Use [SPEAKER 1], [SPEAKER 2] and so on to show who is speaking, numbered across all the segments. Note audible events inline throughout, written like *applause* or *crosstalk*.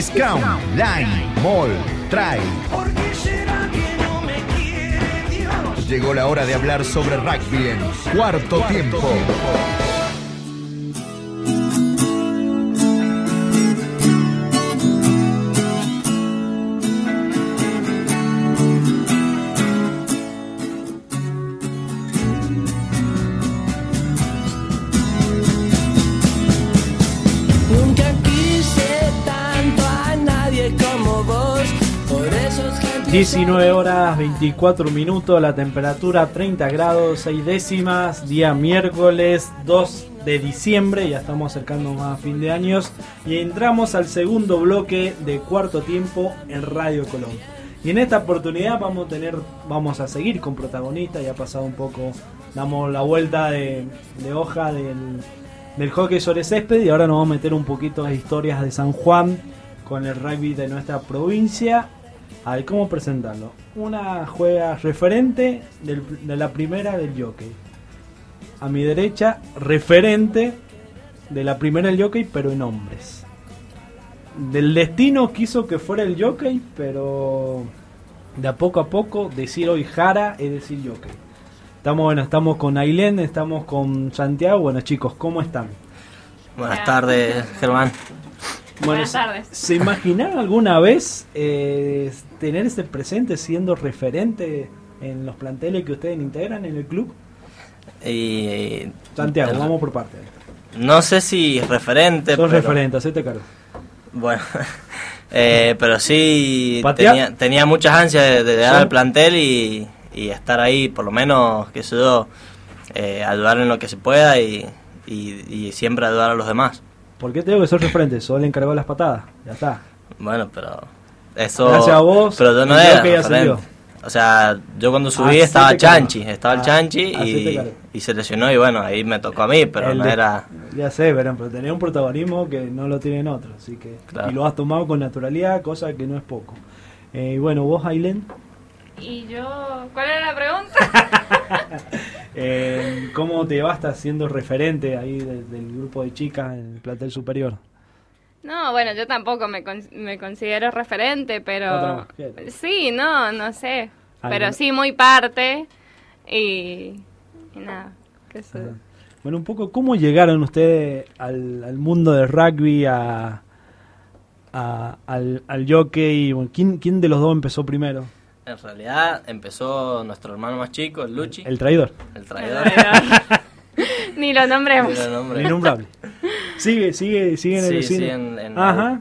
[SPEAKER 1] Scout, Line, Mall, Trail. Llegó la hora de hablar sobre rugby en cuarto tiempo.
[SPEAKER 2] Nunca quise tanto a nadie como vos, por eso es que
[SPEAKER 3] 19 horas 24 minutos, la temperatura 30 grados 6 décimas, día miércoles 2 de diciembre, ya estamos acercándonos a fin de años y entramos al segundo bloque de cuarto tiempo en Radio Colón. Y en esta oportunidad vamos a tener, vamos a seguir con protagonistas, ya ha pasado un poco, damos la vuelta de, de hoja del, del hockey sobre césped y ahora nos vamos a meter un poquito en las historias de San Juan con el rugby de nuestra provincia a ver, ¿cómo presentarlo? Una juega referente del- de la primera del jockey. A mi derecha, referente de la primera del jockey, pero en hombres. Del destino quiso que fuera el jockey, pero de a poco a poco decir hoy Jara es decir jockey. Estamos, bueno, estamos con Ailén, estamos con Santiago. Bueno, chicos, ¿cómo están?
[SPEAKER 4] Buenas tardes, Germán.
[SPEAKER 5] Buenas
[SPEAKER 3] se-
[SPEAKER 5] tardes.
[SPEAKER 3] ¿Se imaginaron alguna vez eh, tener ese presente siendo referente en los planteles que ustedes integran en el club?
[SPEAKER 4] Y,
[SPEAKER 3] Santiago,
[SPEAKER 4] eh,
[SPEAKER 3] vamos por parte.
[SPEAKER 4] No sé si referente.
[SPEAKER 3] Sos
[SPEAKER 4] pero-
[SPEAKER 3] referente, hacete cargo.
[SPEAKER 4] Bueno, *laughs* eh, pero sí
[SPEAKER 3] Patea.
[SPEAKER 4] tenía, tenía muchas ansias de, de llegar
[SPEAKER 3] Sí.
[SPEAKER 4] al plantel y, y estar ahí, por lo menos, que sé yo, eh, ayudar en lo que se pueda y, y- y siempre ayudar a los demás.
[SPEAKER 3] ¿Por qué te digo que sos referente? Sos el encargado de las patadas. Ya está.
[SPEAKER 4] Bueno, pero eso.
[SPEAKER 3] Gracias a vos,
[SPEAKER 4] Pero yo no
[SPEAKER 3] el
[SPEAKER 4] era
[SPEAKER 3] bloque ya
[SPEAKER 4] referente.
[SPEAKER 3] ascendió.
[SPEAKER 4] O sea, yo cuando subí
[SPEAKER 3] Hacete
[SPEAKER 4] estaba
[SPEAKER 3] cargo.
[SPEAKER 4] Chanchi, estaba el
[SPEAKER 3] Ah,
[SPEAKER 4] Chanchi
[SPEAKER 3] hacete
[SPEAKER 4] y,
[SPEAKER 3] cargo.
[SPEAKER 4] y se lesionó y bueno, ahí me tocó a mí, pero
[SPEAKER 3] El
[SPEAKER 4] no
[SPEAKER 3] de-
[SPEAKER 4] era...
[SPEAKER 3] Ya sé, pero, pero tenés un protagonismo que no lo tienen otros. Así que,
[SPEAKER 4] Claro.
[SPEAKER 3] Y lo has tomado con naturalidad, cosa que no es poco. Eh, y bueno, vos, Ailén,
[SPEAKER 5] Y yo, ¿cuál era la
[SPEAKER 3] *laughs*
[SPEAKER 5] pregunta?
[SPEAKER 3] eh, ¿cómo te basta siendo referente ahí de- del grupo de chicas en el plantel superior?
[SPEAKER 5] No, bueno, yo tampoco me, con- me considero referente,
[SPEAKER 3] Otra
[SPEAKER 5] pero
[SPEAKER 3] mujer.
[SPEAKER 5] sí, no, no sé,
[SPEAKER 3] Ah,
[SPEAKER 5] pero
[SPEAKER 3] no.
[SPEAKER 5] sí muy parte y, y nada, qué sé. yo.
[SPEAKER 3] Ajá. Bueno, un poco, ¿cómo llegaron ustedes al, al mundo del rugby, a, a- al, al jockey? Bueno, ¿quién, ¿Quién de los dos empezó primero?
[SPEAKER 4] En realidad empezó nuestro hermano más chico, el Luchi,
[SPEAKER 3] El
[SPEAKER 4] el,
[SPEAKER 3] traidor,
[SPEAKER 5] *laughs*
[SPEAKER 4] traidor.
[SPEAKER 5] Ni
[SPEAKER 4] *laughs*
[SPEAKER 5] lo nombremos. *laughs*
[SPEAKER 4] Era el nombre.
[SPEAKER 3] el innombrable. sigue, sigue, sigue en el
[SPEAKER 4] Sí,
[SPEAKER 3] cine.
[SPEAKER 4] sigue en- en-
[SPEAKER 3] Ajá,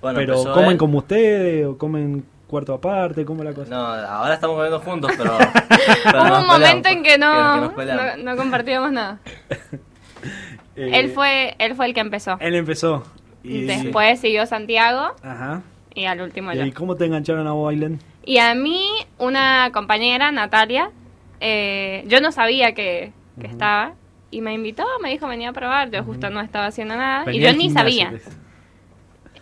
[SPEAKER 4] Bueno,
[SPEAKER 3] pero
[SPEAKER 4] empezó
[SPEAKER 3] ¿comen
[SPEAKER 4] él.
[SPEAKER 3] como ustedes o comen cuarto aparte? ¿Cómo es la cosa?
[SPEAKER 4] No, ahora estamos comiendo juntos,
[SPEAKER 5] *laughs*
[SPEAKER 4] pero... pero
[SPEAKER 5] Hubo
[SPEAKER 4] nos
[SPEAKER 5] un momento
[SPEAKER 4] peleamos,
[SPEAKER 5] en que no,
[SPEAKER 4] nos peleamos.
[SPEAKER 5] no, no compartíamos nada.
[SPEAKER 3] Eh,
[SPEAKER 5] Él fue, él fue el que empezó.
[SPEAKER 3] Él empezó. Eh, Y,
[SPEAKER 5] Después siguió Santiago
[SPEAKER 3] Ajá.
[SPEAKER 5] y al último
[SPEAKER 3] ¿Y
[SPEAKER 5] yo.
[SPEAKER 3] ahí cómo te engancharon a vos, Ailén?
[SPEAKER 5] Y a mí, una compañera, Natalia, eh, yo no sabía que, que estaba. Y me invitó, me dijo venía a probar. Yo justo no estaba haciendo nada.
[SPEAKER 3] Venía
[SPEAKER 5] Ah, y yo
[SPEAKER 3] al
[SPEAKER 5] ni
[SPEAKER 3] gimnasio,
[SPEAKER 5] sabía.
[SPEAKER 3] pues.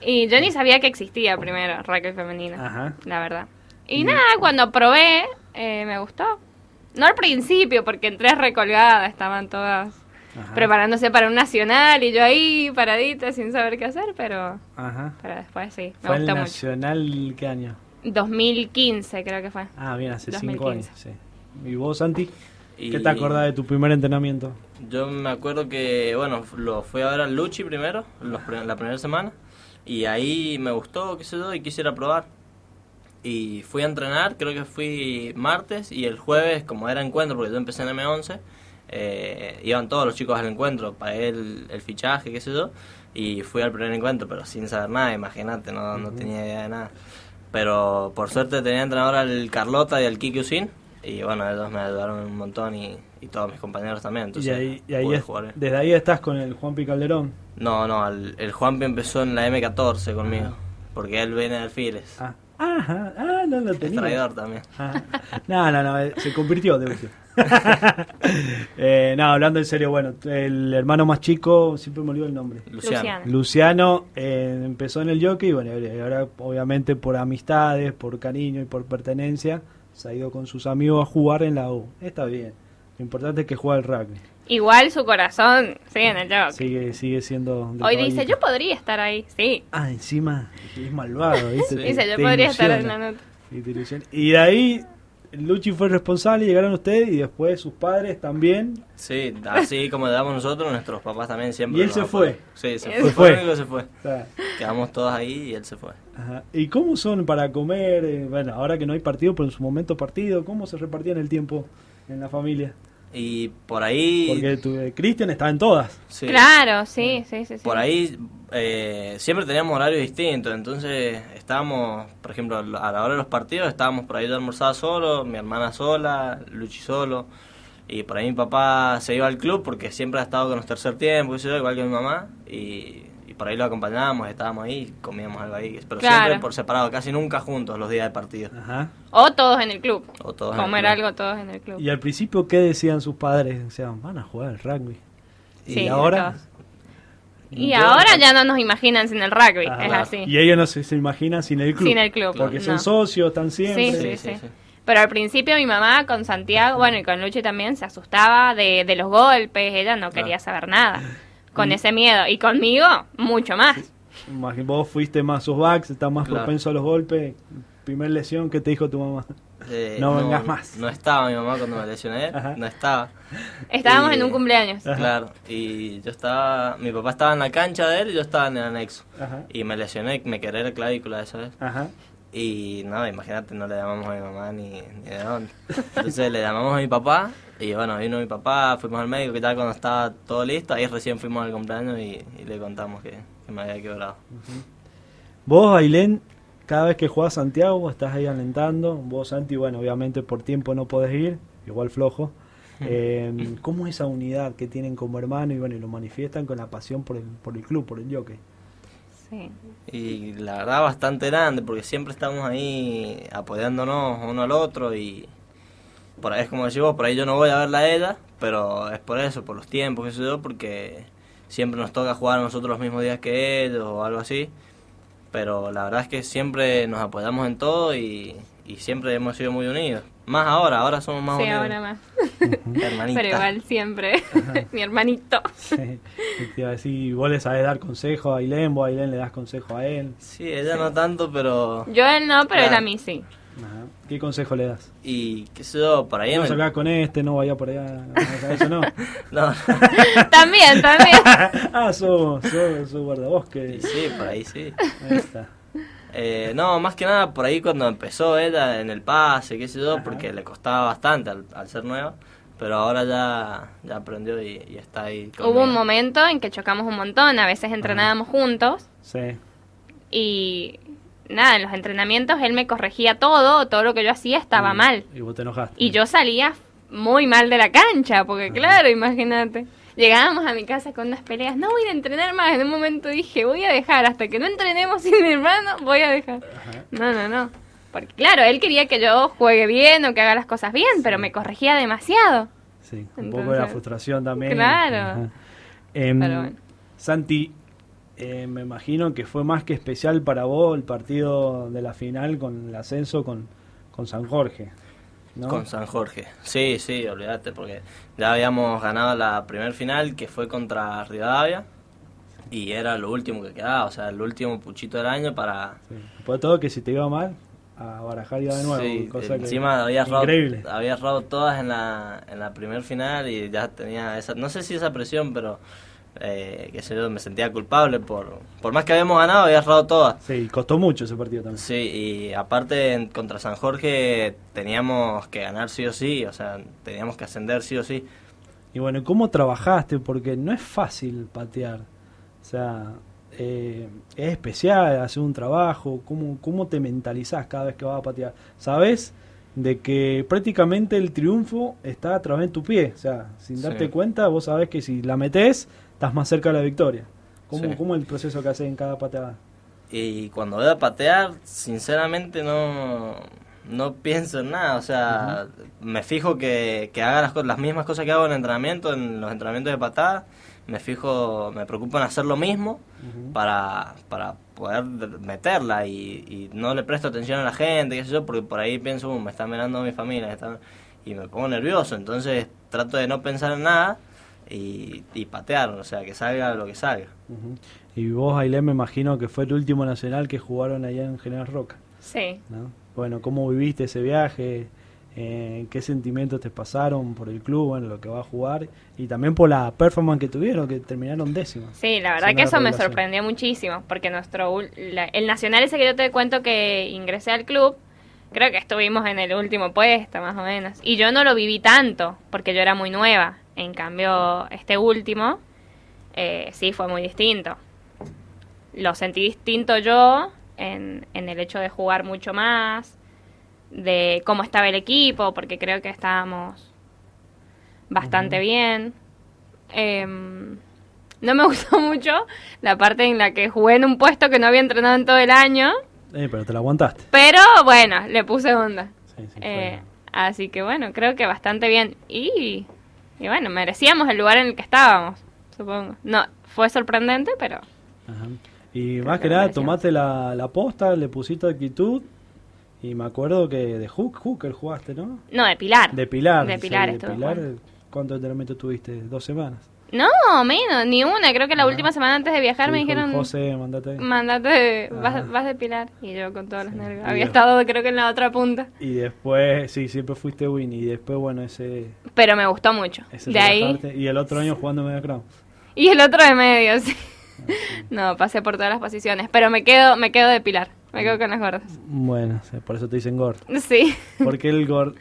[SPEAKER 5] Y yo ni sabía que existía primero rugby femenino.
[SPEAKER 3] Ajá.
[SPEAKER 5] La verdad. Y nada, cuando probé, eh, me gustó. No al principio, porque entré recolgada, estaban todas
[SPEAKER 3] pues. Ajá.
[SPEAKER 5] preparándose para un nacional y yo ahí paradita sin saber qué hacer, pero,
[SPEAKER 3] Ajá.
[SPEAKER 5] pero después sí, me
[SPEAKER 3] ¿Fue el
[SPEAKER 5] gustó mucho.
[SPEAKER 3] Nacional qué año?
[SPEAKER 5] 2015 creo que fue.
[SPEAKER 3] Ah, bien, hace cinco
[SPEAKER 5] 2015.
[SPEAKER 3] años. Sí. ¿Y vos, Santi?
[SPEAKER 4] Y
[SPEAKER 3] ¿Qué te acordás de tu primer entrenamiento?
[SPEAKER 4] Yo me acuerdo que, bueno, lo fui a ver al Luchi primero, los prim- la primera semana, y ahí me gustó, qué sé yo, y quisiera probar. Y fui a entrenar, creo que fui martes, y el jueves, como era encuentro, porque yo empecé en M11, eh, iban todos los chicos al encuentro, pagué el, el fichaje, qué sé yo, y fui al primer encuentro, pero sin saber nada, imagínate, no, no tenía idea de nada. Pero por suerte tenía entrenador al Carlota y al Kiki Usin, y bueno, ellos me ayudaron un montón y, y todos mis compañeros también. Entonces,
[SPEAKER 3] y ahí, y ahí
[SPEAKER 4] pude
[SPEAKER 3] es-
[SPEAKER 4] jugar eh. bien.
[SPEAKER 3] desde ahí estás con el Juanpi Calderón.
[SPEAKER 4] No, no, el, el Juanpi empezó en la M14 conmigo, porque él viene de Alfiles.
[SPEAKER 3] Ah, ajá, ah, no lo
[SPEAKER 4] es
[SPEAKER 3] tenía.
[SPEAKER 4] traidor también.
[SPEAKER 3] Ah, no, no, no, eh, se convirtió de última. *laughs* eh, no, hablando en serio, bueno, el hermano más chico, siempre me olvido el nombre.
[SPEAKER 4] Luciano.
[SPEAKER 5] Luciano.
[SPEAKER 3] Luciano eh, empezó en el jockey y bueno, y ahora obviamente por amistades, por cariño y por pertenencia, se ha ido con sus amigos a jugar en la U. Está bien. Lo importante es que juega el rugby.
[SPEAKER 5] Igual su corazón sigue en el jock.
[SPEAKER 3] Sigue, sigue siendo. de
[SPEAKER 5] Hoy dice,
[SPEAKER 3] caballito.
[SPEAKER 5] yo podría estar ahí, sí.
[SPEAKER 3] Ah, encima es malvado,
[SPEAKER 5] *laughs*
[SPEAKER 3] ¿viste? Te-
[SPEAKER 5] Dice, yo
[SPEAKER 3] te
[SPEAKER 5] podría estar en
[SPEAKER 3] ilusiona.
[SPEAKER 5] la nota.
[SPEAKER 3] Y te ilusiona. Y de ahí Luchi fue responsable, llegaron ustedes y después sus padres también.
[SPEAKER 4] Sí, así como le damos nosotros, nuestros papás también siempre.
[SPEAKER 3] Y él
[SPEAKER 4] nos
[SPEAKER 3] se
[SPEAKER 4] apoyan.
[SPEAKER 3] fue.
[SPEAKER 4] Sí, se
[SPEAKER 5] Él
[SPEAKER 4] fue.
[SPEAKER 3] se
[SPEAKER 4] Fue el
[SPEAKER 3] fue.
[SPEAKER 4] único que se fue.
[SPEAKER 3] O sea,
[SPEAKER 4] Quedamos todos ahí y él se fue.
[SPEAKER 3] ajá. ¿Y cómo son para comer? Eh, Bueno, ahora que no hay partido, pero en su momento partido, ¿cómo se repartían el tiempo en la familia?
[SPEAKER 4] Y por ahí.
[SPEAKER 3] Porque tu- eh, Cristian estaba en todas.
[SPEAKER 4] sí,
[SPEAKER 5] Claro, sí, sí, sí. sí.
[SPEAKER 4] Por ahí eh, siempre teníamos horarios distintos, entonces estábamos, por ejemplo, a la hora de los partidos estábamos por ahí yo almorzaba solo, mi hermana sola, Luchi solo, y por ahí mi papá se iba al club porque siempre ha estado con los tercer tiempo, qué sé yo, igual que mi mamá, y, y por ahí lo acompañábamos, estábamos ahí, comíamos algo ahí, pero
[SPEAKER 5] Claro.
[SPEAKER 4] siempre por separado, casi nunca juntos los días de partido.
[SPEAKER 3] Ajá.
[SPEAKER 5] O todos en el club.
[SPEAKER 4] O todos en el
[SPEAKER 5] Comer
[SPEAKER 4] club.
[SPEAKER 5] algo todos en el club.
[SPEAKER 3] Y al principio, ¿qué decían sus padres? O sea, van a jugar al rugby.
[SPEAKER 5] Sí,
[SPEAKER 3] y ahora.
[SPEAKER 5] todos. Y ahora ya no nos imaginan sin el rugby,
[SPEAKER 3] Ajá.
[SPEAKER 5] es así.
[SPEAKER 3] Y ellos no se, se imaginan sin el club.
[SPEAKER 5] Sin el club,
[SPEAKER 3] Porque son
[SPEAKER 5] no.
[SPEAKER 3] socios, están
[SPEAKER 5] Sí,
[SPEAKER 3] siempre.
[SPEAKER 5] sí, sí, Pero al principio mi mamá con Santiago, bueno, y con Luchi también se asustaba de, de los golpes, ella
[SPEAKER 4] Ah.
[SPEAKER 5] no quería saber nada,
[SPEAKER 4] Mm.
[SPEAKER 5] con ese miedo. Y conmigo, mucho más.
[SPEAKER 3] Más que Vos fuiste más sus backs, estás más
[SPEAKER 4] Claro.
[SPEAKER 3] propenso a los golpes. Primer lesión, ¿qué te dijo tu mamá?
[SPEAKER 4] Eh,
[SPEAKER 3] No vengas más.
[SPEAKER 4] No estaba mi mamá cuando me lesioné,
[SPEAKER 3] Ajá.
[SPEAKER 4] no estaba.
[SPEAKER 5] Estábamos
[SPEAKER 4] Y-
[SPEAKER 5] en un
[SPEAKER 3] *laughs*
[SPEAKER 5] cumpleaños.
[SPEAKER 3] Ajá.
[SPEAKER 4] Claro, y yo estaba, mi papá estaba en la cancha de él y yo estaba en el anexo.
[SPEAKER 3] Ajá.
[SPEAKER 4] Y me lesioné, me quebré la clavícula esa vez.
[SPEAKER 3] Ajá.
[SPEAKER 4] Y no, imagínate, no le llamamos a mi mamá ni, ni de dónde. Entonces le llamamos a mi papá y bueno, vino mi papá, fuimos al médico y tal, cuando estaba todo listo, ahí recién fuimos al cumpleaños y, y le contamos que, que me había quebrado.
[SPEAKER 3] Vos, Ailén, cada vez que jugás Santiago, vos estás ahí alentando. Vos, Santi, bueno, obviamente por tiempo no podés ir, igual flojo. Eh, ¿Cómo es esa unidad que tienen como hermano y bueno, y lo manifiestan con la pasión por el, por el club, por el
[SPEAKER 5] *laughs*
[SPEAKER 3] jockey? *laughs*
[SPEAKER 5] Sí.
[SPEAKER 4] Y la verdad bastante grande, porque siempre estamos ahí apoyándonos uno al otro y por ahí es como decís vos, por ahí yo no voy a verla a ella, pero es por eso, por los tiempos, qué sé yo, porque siempre nos toca jugar a nosotros los mismos días que ellos o algo así. Pero la verdad es que siempre nos apoyamos en todo y, y siempre hemos sido muy unidos. Más ahora, ahora somos más
[SPEAKER 5] Sí,
[SPEAKER 4] unidos.
[SPEAKER 5] ahora más. *laughs*
[SPEAKER 4] *laughs* Hermanita.
[SPEAKER 5] Pero igual siempre. *laughs* Mi hermanito.
[SPEAKER 3] Te iba a decir, y vos le sabés dar consejo a Ailén, vos a Ailén le das consejo a él.
[SPEAKER 4] Sí, ella no tanto, pero...
[SPEAKER 5] Yo él no, pero él
[SPEAKER 4] Claro.
[SPEAKER 5] a mí sí. *laughs*
[SPEAKER 3] Ajá. ¿Qué consejo le das?
[SPEAKER 4] Y qué sé yo, por ahí... en
[SPEAKER 3] No
[SPEAKER 4] el-
[SPEAKER 3] salgas con este, no vaya por allá, no, eso
[SPEAKER 5] *laughs*
[SPEAKER 3] no.
[SPEAKER 4] *laughs* No.
[SPEAKER 5] También,
[SPEAKER 4] *laughs*
[SPEAKER 5] también.
[SPEAKER 3] ah, sos sos- sos guardabosque.
[SPEAKER 4] Y sí, por ahí sí.
[SPEAKER 3] Ahí está.
[SPEAKER 4] Eh, no, más que nada por ahí cuando empezó ella en el pase, qué sé yo, porque le costaba bastante al, al ser nueva, pero ahora ya, ya aprendió y, y está ahí.
[SPEAKER 5] Hubo un
[SPEAKER 4] conmigo.
[SPEAKER 5] momento en que chocamos un montón, a veces entrenábamos juntos
[SPEAKER 3] Sí.
[SPEAKER 5] y nada, en los entrenamientos él me corregía todo, todo lo que yo hacía estaba
[SPEAKER 4] Mm.
[SPEAKER 3] Y-
[SPEAKER 5] mal.
[SPEAKER 3] Y vos te enojaste.
[SPEAKER 5] Y yo salía muy mal de la cancha, porque claro, imagínate. Llegábamos a mi casa con unas peleas, no voy a ir a entrenar más. En un momento dije, voy a dejar, hasta que no entrenemos sin mi hermano, voy a dejar. No, no, no. Porque claro, él quería que yo juegue bien o que haga las cosas bien, pero me corregía demasiado.
[SPEAKER 3] Sí, un poco de la
[SPEAKER 5] Entonces-
[SPEAKER 3] frustración también.
[SPEAKER 5] Claro.
[SPEAKER 3] Ajá. Em,
[SPEAKER 5] Pero bueno.
[SPEAKER 3] Santi, eh, me imagino que fue más que especial para vos el partido de la final con el ascenso con, con San Jorge. ¿no?
[SPEAKER 4] Con San Jorge. Sí, sí, olvídate, porque ya habíamos ganado la primer final que fue contra Rivadavia y era lo último que quedaba, o sea, el último puchito del año para...
[SPEAKER 3] Sí. Después de todo, que si te iba mal, a barajar iba de nuevo.
[SPEAKER 4] Sí, eh,
[SPEAKER 3] cosa que-
[SPEAKER 4] encima había errado,
[SPEAKER 3] increíble.
[SPEAKER 4] había errado todas en la, en la primer final y ya tenía esa, no sé si esa presión, pero eh, qué sé yo, me sentía culpable por, por más que habíamos ganado, había errado todas.
[SPEAKER 3] Sí, costó mucho ese partido también.
[SPEAKER 4] Sí, y aparte en- contra San Jorge teníamos que ganar sí o sí, o sea, teníamos que ascender sí o sí.
[SPEAKER 3] Y bueno, ¿cómo trabajaste? Porque no es fácil patear. O sea, eh, es especial hacer un trabajo. ¿Cómo, ¿Cómo te mentalizás cada vez que vas a patear? Sabes de que prácticamente el triunfo está a través de tu pie. O sea, sin
[SPEAKER 4] Sí.
[SPEAKER 3] darte cuenta, vos sabés que si la metés, estás más cerca de la victoria. ¿Cómo,
[SPEAKER 4] Sí.
[SPEAKER 3] cómo es el proceso que haces en cada pateada?
[SPEAKER 4] Y cuando voy a patear, sinceramente no, no pienso en nada. O sea, me fijo que, que haga las, co- las mismas cosas que hago en entrenamiento, en los entrenamientos de patada. Me fijo, me preocupo en hacer lo mismo para, para poder de- meterla y, y no le presto atención a la gente, qué sé yo, porque por ahí pienso, "Uh, me está mirando mi familia me está-", y me pongo nervioso. Entonces trato de no pensar en nada y, y patearon, o sea, que salga lo que salga.
[SPEAKER 3] Ujú. Y vos, Ailén, me imagino que fue el último nacional que jugaron allá en General Roca.
[SPEAKER 5] Sí.
[SPEAKER 3] ¿no? Bueno, ¿cómo viviste ese viaje? Eh, ¿Qué sentimientos te pasaron por el club, bueno, lo que va a jugar? Y también por la performance que tuvieron, que terminaron décimas.
[SPEAKER 5] Sí, la verdad
[SPEAKER 3] Es
[SPEAKER 5] que
[SPEAKER 3] una
[SPEAKER 5] eso me
[SPEAKER 3] revelación.
[SPEAKER 5] sorprendió muchísimo, porque nuestro ul- la- el nacional ese que yo te cuento que ingresé al club, creo que estuvimos en el último puesto más o menos, y yo no lo viví tanto, porque yo era muy nueva. En cambio, este último eh, sí fue muy distinto. Lo sentí distinto yo en, en el hecho de jugar mucho más, de cómo estaba el equipo, porque creo que estábamos bastante bien. Em, no me *laughs* gustó mucho la parte en la que jugué en un puesto que no había entrenado en todo el año,
[SPEAKER 3] Eh, pero te la aguantaste.
[SPEAKER 5] pero bueno, le puse onda.
[SPEAKER 3] Sí, sí, fue-
[SPEAKER 5] Eh, así que bueno, creo que bastante bien. Y, y bueno, merecíamos el lugar en el que estábamos, supongo. No, fue sorprendente, pero
[SPEAKER 3] Ajá. Y más
[SPEAKER 5] que
[SPEAKER 3] que
[SPEAKER 5] lo
[SPEAKER 3] nada,
[SPEAKER 5] merecíamos.
[SPEAKER 3] tomaste la, la posta, le pusiste actitud. Y me acuerdo que de Hook, Hooker jugaste, ¿no?
[SPEAKER 5] no, de Pilar.
[SPEAKER 3] De Pilar.
[SPEAKER 5] De
[SPEAKER 3] sí,
[SPEAKER 5] Pilar
[SPEAKER 3] de
[SPEAKER 5] estuve
[SPEAKER 3] Pilar,
[SPEAKER 5] jugando.
[SPEAKER 3] ¿Cuánto entrenamiento tuviste? ¿Dos semanas?
[SPEAKER 5] No, menos, ni una. Creo que la
[SPEAKER 3] Ah.
[SPEAKER 5] última semana antes de viajar
[SPEAKER 3] Sí,
[SPEAKER 5] me
[SPEAKER 3] dijo,
[SPEAKER 5] dijeron,
[SPEAKER 3] José, mandate.
[SPEAKER 5] mandate,
[SPEAKER 3] Ah.
[SPEAKER 5] vas, vas de Pilar. Y yo con todos los nervios.
[SPEAKER 3] Y
[SPEAKER 5] Había
[SPEAKER 3] yo-
[SPEAKER 5] estado creo que en la otra punta.
[SPEAKER 3] Y después, sí, siempre fuiste win. Y después, bueno, ese.
[SPEAKER 5] Pero me gustó mucho.
[SPEAKER 3] ese
[SPEAKER 5] De ahí...
[SPEAKER 3] relajarte. Y el otro año jugando medio crown.
[SPEAKER 5] Y el otro de medio, sí. No, pasé por todas las posiciones, pero me quedo, me quedo de pilar, me quedo con las gordas.
[SPEAKER 3] Bueno, sí, por eso te dicen Gord.
[SPEAKER 5] Sí.
[SPEAKER 3] *laughs* Porque el Gord.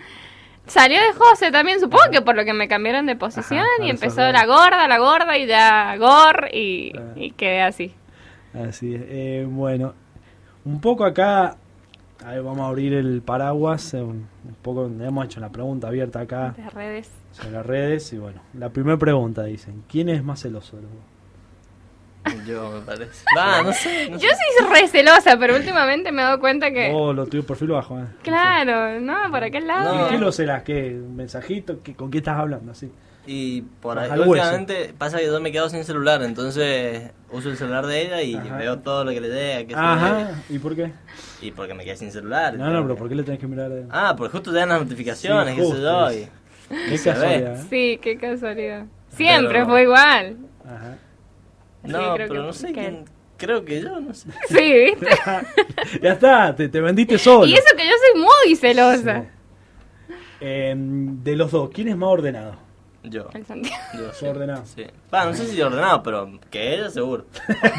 [SPEAKER 5] Salió de José también, supongo que por lo que me cambiaron de posición
[SPEAKER 3] Ajá,
[SPEAKER 5] y
[SPEAKER 3] ahora sos
[SPEAKER 5] empezó
[SPEAKER 3] gorda.
[SPEAKER 5] la gorda, la gorda y ya gor y,
[SPEAKER 4] Eh.
[SPEAKER 3] Ah.
[SPEAKER 5] y quedé así.
[SPEAKER 3] Así es. Eh, bueno, un poco acá. A ver, vamos a abrir el paraguas. eh, un un poco, hemos hecho la pregunta abierta
[SPEAKER 4] Ah.
[SPEAKER 3] acá
[SPEAKER 5] De redes.
[SPEAKER 3] sobre las redes. Y bueno, la primera pregunta dicen: ¿Quién es más celoso? de los dos?
[SPEAKER 4] *laughs* Yo, me parece. Va, no sé. no
[SPEAKER 5] Yo
[SPEAKER 4] sé.
[SPEAKER 5] soy re celosa, pero últimamente me he dado cuenta que...
[SPEAKER 3] Oh, lo tuyo perfil bajo, ¿eh?
[SPEAKER 5] Claro, no, por aquel
[SPEAKER 3] No
[SPEAKER 5] lado.
[SPEAKER 3] sé. ¿Y
[SPEAKER 4] No.
[SPEAKER 3] qué lo celas? ¿Qué? ¿Un mensajito? ¿Qué- ¿Con qué estás hablando? Así.
[SPEAKER 4] Y por
[SPEAKER 3] Más
[SPEAKER 4] ahí,
[SPEAKER 3] al hueso.
[SPEAKER 4] últimamente pasa que yo me quedo sin celular, entonces uso el celular de ella y
[SPEAKER 3] Ajá.
[SPEAKER 4] veo todo lo que le llega. Que se le-
[SPEAKER 3] Ajá. ¿Y por qué?
[SPEAKER 4] Y porque me quedé sin celular.
[SPEAKER 3] No, no, pero ¿por qué le tenés que mirar? eh?
[SPEAKER 4] Ah, porque justo te dan las notificaciones,
[SPEAKER 3] Sí,
[SPEAKER 4] qué sé
[SPEAKER 3] justo,
[SPEAKER 4] yo.
[SPEAKER 3] es.
[SPEAKER 4] y-
[SPEAKER 3] Qué
[SPEAKER 4] se ve.
[SPEAKER 3] casualidad. ¿eh?
[SPEAKER 5] Sí, qué casualidad. Siempre
[SPEAKER 4] Pero- *laughs*
[SPEAKER 5] fue igual.
[SPEAKER 3] Ajá. *laughs*
[SPEAKER 5] Sí,
[SPEAKER 4] No,
[SPEAKER 5] creo
[SPEAKER 4] pero
[SPEAKER 5] que-
[SPEAKER 4] no sé
[SPEAKER 5] que-
[SPEAKER 4] quién. Creo que yo, no sé.
[SPEAKER 5] Sí, ¿viste?
[SPEAKER 3] ya está, te, te vendiste solo.
[SPEAKER 5] Y eso que yo soy muy celosa.
[SPEAKER 3] Sí. Eh, de los dos, ¿quién es más ordenado?
[SPEAKER 4] Yo.
[SPEAKER 5] El Santiago.
[SPEAKER 4] Yo
[SPEAKER 3] Fue ordenado. *laughs*
[SPEAKER 4] Sí. Va, no sé si ordenado, pero que ella seguro.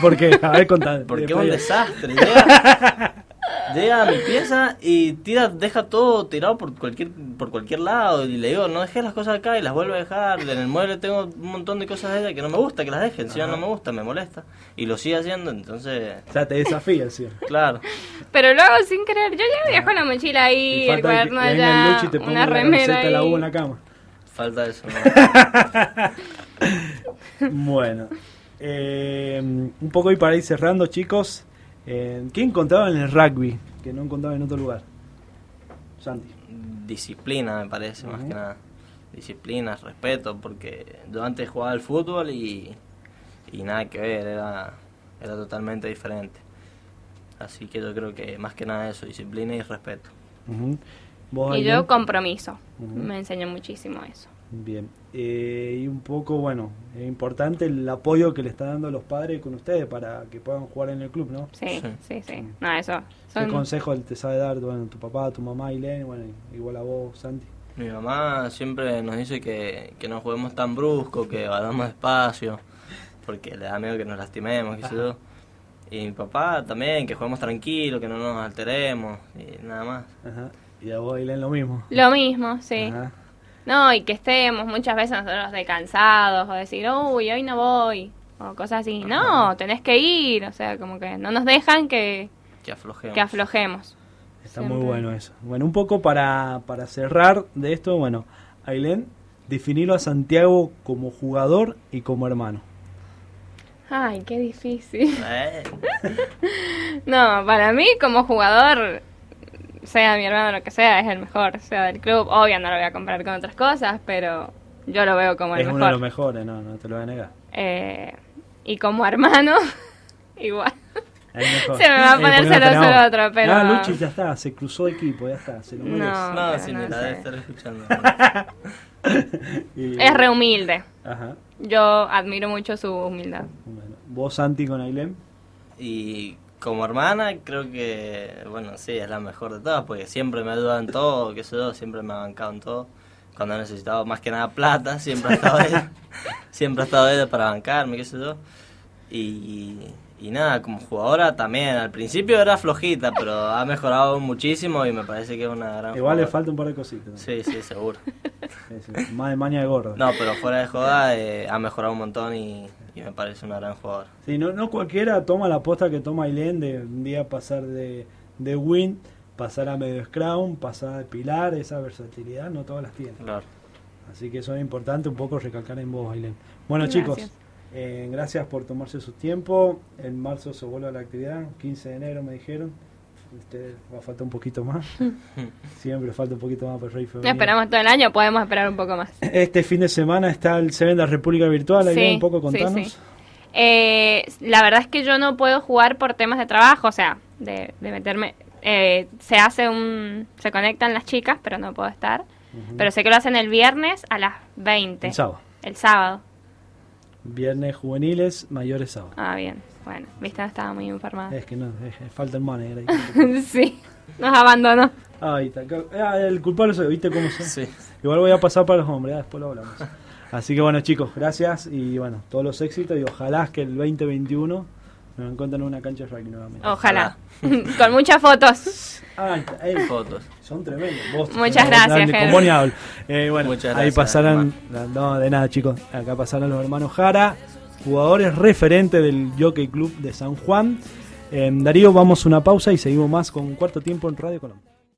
[SPEAKER 3] Porque, a ver,
[SPEAKER 5] *laughs*
[SPEAKER 3] contad.
[SPEAKER 4] Porque es
[SPEAKER 3] después-
[SPEAKER 4] un desastre. Llega, llega a mi pieza y tira, deja todo tirado por cualquier, por cualquier lado. Y le digo, no dejé las cosas acá y las vuelvo a dejar. En el mueble tengo un montón de cosas de ella que no me gusta que las dejen. Si no, no me gusta, me molesta. Y lo sigue haciendo, entonces.
[SPEAKER 3] O sea, te desafía, sí.
[SPEAKER 4] Claro.
[SPEAKER 5] Pero lo hago sin querer. Yo ya viajo con la mochila ahí, el cuaderno allá,
[SPEAKER 3] y te ponga
[SPEAKER 5] una
[SPEAKER 3] la
[SPEAKER 5] remera
[SPEAKER 3] camiseta de la
[SPEAKER 5] ahí.
[SPEAKER 3] U en la
[SPEAKER 5] *laughs*
[SPEAKER 3] cama.
[SPEAKER 4] Falta eso. ¿no?
[SPEAKER 3] Bueno, eh, un poco y para ir cerrando, chicos. eh, ¿Qué encontraban en el rugby que no encontraban en otro lugar? Santi.
[SPEAKER 4] Disciplina, me parece, más
[SPEAKER 3] Ujú.
[SPEAKER 4] que nada. Disciplina, respeto, porque yo antes jugaba al fútbol y, y nada que ver, era, era totalmente diferente. Así que yo creo que más que nada eso, disciplina y respeto.
[SPEAKER 3] Ujú. ¿Vos,
[SPEAKER 5] Y
[SPEAKER 3] Ailén?
[SPEAKER 5] yo compromiso.
[SPEAKER 3] Ujú.
[SPEAKER 5] Me enseñó muchísimo eso.
[SPEAKER 3] Bien. Eh, y un poco, bueno, es importante el apoyo que le están dando los padres con ustedes para que puedan jugar en el club, ¿no?
[SPEAKER 5] Sí,
[SPEAKER 4] Sí.
[SPEAKER 5] sí, sí. No, eso.
[SPEAKER 3] ¿Qué
[SPEAKER 5] son-
[SPEAKER 3] consejo te sabe dar bueno, tu papá, tu mamá, Ailén, bueno, igual a vos, Santi?
[SPEAKER 4] Mi mamá siempre nos dice que, que no juguemos tan brusco, que vayamos despacio, porque le da miedo que nos lastimemos, qué sé yo. Y mi papá también, que juguemos tranquilo, que no nos alteremos, y nada más.
[SPEAKER 3] Ajá. Y a vos, Ailén, lo mismo.
[SPEAKER 5] Lo mismo, sí.
[SPEAKER 3] Ajá.
[SPEAKER 5] No, y que estemos muchas veces nosotros de cansados o decir, uy, hoy no voy. O cosas así. No, tenés que ir. O sea, como que no nos dejan que,
[SPEAKER 4] Que aflojemos.
[SPEAKER 5] que aflojemos.
[SPEAKER 3] Está
[SPEAKER 5] Siempre.
[SPEAKER 3] muy bueno eso. Bueno, un poco para, para cerrar de esto, bueno, Ailén, definirlo a Santiago como jugador y como hermano.
[SPEAKER 5] Ay, qué difícil.
[SPEAKER 4] Eh,
[SPEAKER 5] No, para mí como jugador, sea mi hermano lo que sea, es el mejor, sea del club. Obvio no lo voy a comparar con otras cosas, pero yo lo veo como el
[SPEAKER 3] es uno de
[SPEAKER 5] mejor.
[SPEAKER 3] los mejores, no, no te lo voy a negar.
[SPEAKER 5] Eh, y como hermano, *laughs* igual.
[SPEAKER 3] El mejor.
[SPEAKER 5] Se me va a
[SPEAKER 3] Eh,
[SPEAKER 5] poner
[SPEAKER 3] porque no
[SPEAKER 5] celoso
[SPEAKER 3] tenés a vos.
[SPEAKER 5] el otro, pero-
[SPEAKER 3] Ah, Luchi, ya está, se cruzó equipo, ya está, se lo merece.
[SPEAKER 5] No,
[SPEAKER 4] no,
[SPEAKER 5] pero
[SPEAKER 4] si
[SPEAKER 5] no
[SPEAKER 4] ni la
[SPEAKER 5] sé. *laughs*
[SPEAKER 4] debe estar escuchando.
[SPEAKER 3] Y-
[SPEAKER 5] Es re humilde.
[SPEAKER 6] Ajá.
[SPEAKER 5] Yo admiro mucho su humildad.
[SPEAKER 6] Bueno.
[SPEAKER 3] ¿Vos, Santi, con Ailem?
[SPEAKER 4] Y como hermana, creo que, bueno, sí, es la mejor de todas, porque siempre me ha ayudado en todo, qué sé yo, siempre me ha bancado en todo. Cuando he necesitado más que nada plata, siempre ha estado ella, siempre ha estado ella para bancarme, qué sé yo. Y, y nada, como jugadora también, al principio era flojita, pero ha mejorado muchísimo y me parece que es una gran
[SPEAKER 3] Igual le
[SPEAKER 4] jugadora.
[SPEAKER 3] falta un par de cositas.
[SPEAKER 4] Sí, sí, seguro.
[SPEAKER 3] Es, es, más de maña de gordo.
[SPEAKER 4] No, pero fuera de joda eh, ha mejorado un montón y, y me parece una gran jugadora.
[SPEAKER 3] Sí, no, no cualquiera toma la posta que toma Ailén de un día pasar de, de win, pasar a medio scrum, pasar de pilar, esa versatilidad, no todas las tienen.
[SPEAKER 4] Claro.
[SPEAKER 3] Así que eso es importante un poco recalcar en vos, Ailén. Bueno,
[SPEAKER 5] Gracias.
[SPEAKER 3] chicos, eh, gracias por tomarse su tiempo. En marzo se vuelve a la actividad, 15 de enero me dijeron. Usted va a faltar un poquito más. Siempre falta un poquito más para el Rey
[SPEAKER 5] La
[SPEAKER 3] Femenino.
[SPEAKER 5] esperamos todo el año, podemos esperar un poco más.
[SPEAKER 3] Este fin de semana está el Seven de la República Virtual, ahí
[SPEAKER 5] Sí,
[SPEAKER 3] viene un poco
[SPEAKER 5] sí,
[SPEAKER 3] contanos.
[SPEAKER 5] sí. Eh, la verdad es que yo no puedo jugar por temas de trabajo, o sea, de, de meterme. eh, se hace un. Se conectan las chicas, pero no puedo estar.
[SPEAKER 3] Ujú.
[SPEAKER 5] Pero sé que lo hacen el viernes a las 20.
[SPEAKER 3] El sábado.
[SPEAKER 5] El sábado.
[SPEAKER 3] Viernes juveniles, mayores sábado.
[SPEAKER 5] Ah, bien. Bueno, viste, no estaba muy informada.
[SPEAKER 3] Es que no, es- es falta el manager ahí. *laughs*
[SPEAKER 5] *laughs* sí, nos abandonó.
[SPEAKER 3] Ahí está. Ah, el culpable soy, ¿viste cómo soy?
[SPEAKER 4] Sí.
[SPEAKER 3] Igual voy a pasar para los hombres, ah, después lo
[SPEAKER 4] *laughs*
[SPEAKER 3] hablamos. Así que bueno, chicos, gracias y bueno, todos los éxitos y ojalá que el 2021 nos encuentren en una cancha de rugby nuevamente.
[SPEAKER 5] Ojalá. *laughs* Con
[SPEAKER 3] *laughs*
[SPEAKER 5] muchas fotos.
[SPEAKER 3] Ah, ahí está, eh,
[SPEAKER 4] Fotos.
[SPEAKER 3] son tremendos. vos-
[SPEAKER 5] Oh. Muchas
[SPEAKER 3] son-
[SPEAKER 5] gracias,
[SPEAKER 3] dale,
[SPEAKER 5] Ger.
[SPEAKER 3] con vos ni hablo. Eh, bueno,
[SPEAKER 4] Muchas
[SPEAKER 3] ahí
[SPEAKER 4] gracias,
[SPEAKER 3] pasarán, no, de nada, chicos. Acá pasarán los hermanos Jara, jugadores referentes del Jockey Club de San Juan. Eh, Darío, vamos a una pausa y seguimos más con cuarto tiempo en Radio Colombia.